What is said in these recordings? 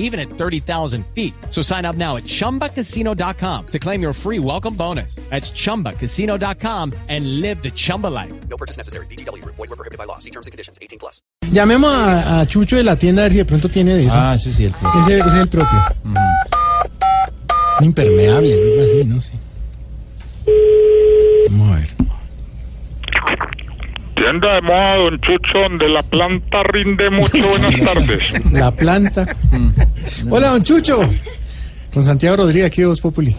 even at 30,000 feet. So sign up now at ChumbaCasino.com to claim your free welcome bonus. That's ChumbaCasino.com and live the Chumba life. No purchase necessary. BGW. Void were prohibited by law. See terms and conditions. 18 plus. Llamemos a, a Chucho de la tienda a ver si de pronto tiene de eso. Ah, ese sí, el propio. Ese, ese es el propio. Un Impermeable, algo así, no sé. Vamos a ver. Tienda de moda Don Chucho, de la planta rinde mucho. Buenas tardes. La planta. Hola, don Chucho. Con Santiago Rodríguez, aquí de Voz Populi.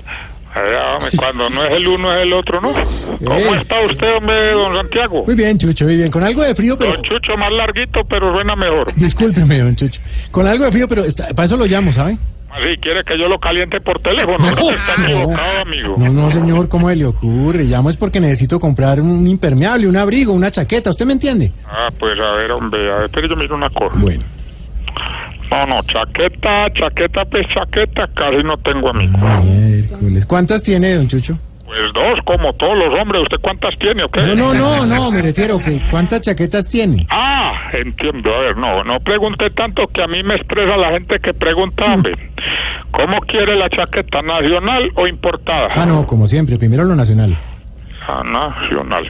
Hágame, Cuando no es el uno es el otro, ¿no? ¿Cómo Eh. está usted, hombre, don Santiago? Muy bien, Chucho, muy bien. Con algo de frío, pero... Don Chucho, más larguito, pero suena mejor. Discúlpeme, don Chucho. Con algo de frío, pero está- para eso lo llamo, ¿sabe? Así Ah, quiere que yo lo caliente por teléfono. No, está equivocado, amigo. No, no, señor, ¿cómo le ocurre? Llamo es porque necesito comprar un impermeable, un abrigo, una chaqueta. ¿Usted me entiende? Ah, pues a ver, hombre, a ver, pero yo miro una cosa. Bueno. No, no, chaqueta, chaqueta, pues chaqueta, casi no tengo, amigo. Miércoles. ¿Cuántas tiene, don Chucho? Pues dos, como todos los hombres. ¿Usted cuántas tiene o qué? No, no, no, no, me refiero que ¿cuántas chaquetas tiene? Ah, entiendo. A ver, no, no pregunte tanto que a mí me estresa la gente que Mm. pregunta, hombre. ¿Cómo quiere la chaqueta, nacional o importada? Ah, no, como siempre, primero lo nacional. Ah, nacional.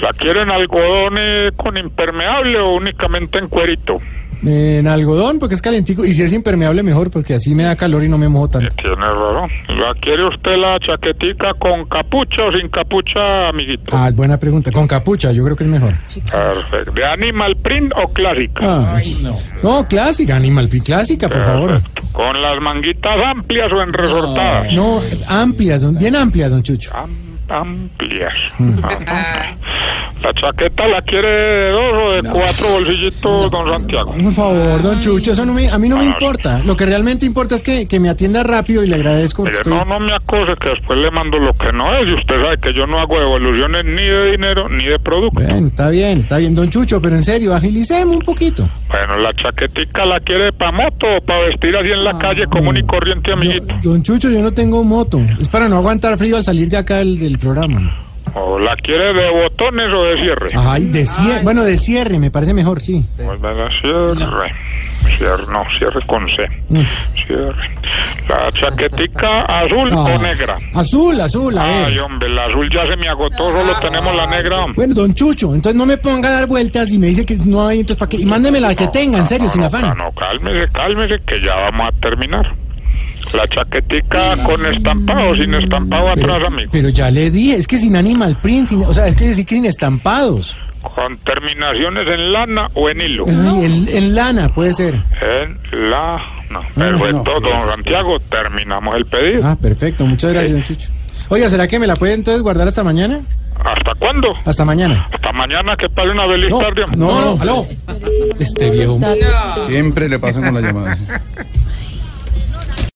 ¿La quieren algodón eh, con impermeable o únicamente en cuerito? En algodón, porque es calentico, y si es impermeable mejor, porque así me da calor y no me mojo tanto. Tiene razón. ¿La quiere usted la chaquetica con capucha o sin capucha, amiguito? Ah, buena pregunta. Con capucha, yo creo que es mejor. Perfecto. ¿De animal print o clásica? Ay. No. No, clásica, animal pi clásica, Ah, por favor. Perfecto. ¿Con las manguitas amplias o en resortadas? No, amplias, don- bien amplias, don Chucho. Am- amplias. Ajá. La chaqueta la quiere de dos o de cuatro bolsillitos, don Santiago. Por favor, don Chucho, eso no me, a mí no me importa. Lo que realmente importa es que, que me atienda rápido y le agradezco. que Mire, estoy- no, no me acose que después le mando lo que no es. Y usted sabe que yo no hago devoluciones ni de dinero ni de producto. Bueno, está bien, está bien, don Chucho, pero en serio, agilicemos un poquito. Bueno, la chaquetica la quiere para moto o para vestir así en la calle común y corriente, amiguito. Don Chucho, yo no tengo moto. Es para no aguantar frío al salir de acá del, del programa. O la quiere de botones o de cierre. Ay, de cierre. Bueno, de cierre, me parece mejor, sí. Pues de la cierre. Cierre, no, cierre con C. Cierre. La chaquetica azul Ah, o negra. Azul, azul, a ver. Ah. Ay, hombre, la azul ya se me agotó, solo tenemos la negra. hombre. Bueno, don Chucho, entonces no me ponga a dar vueltas y me dice que no hay, entonces para qué. Y mándeme la que tenga, en serio, pues, sin Ah, no, afán. No, cálmese, cálmese, que ya vamos a terminar. La chaquetica con estampado, sin estampado atrás, amigo. Pero ya le di, es que sin Animal Print, sin- o sea, es que decir que sin estampados. Con terminaciones en lana o en hilo. Ay, en, en lana puede ser. En la... No, perfecto, Ah, no, don Santiago, terminamos el pedido. Ah, perfecto, muchas gracias, don Chucho. Oiga, ¿será que me la puede entonces guardar hasta mañana? ¿Hasta cuándo? Hasta mañana. Hasta mañana, que pase una feliz No, tarde. no, no, aló. Este viejo. Siempre le pasan con las llamadas.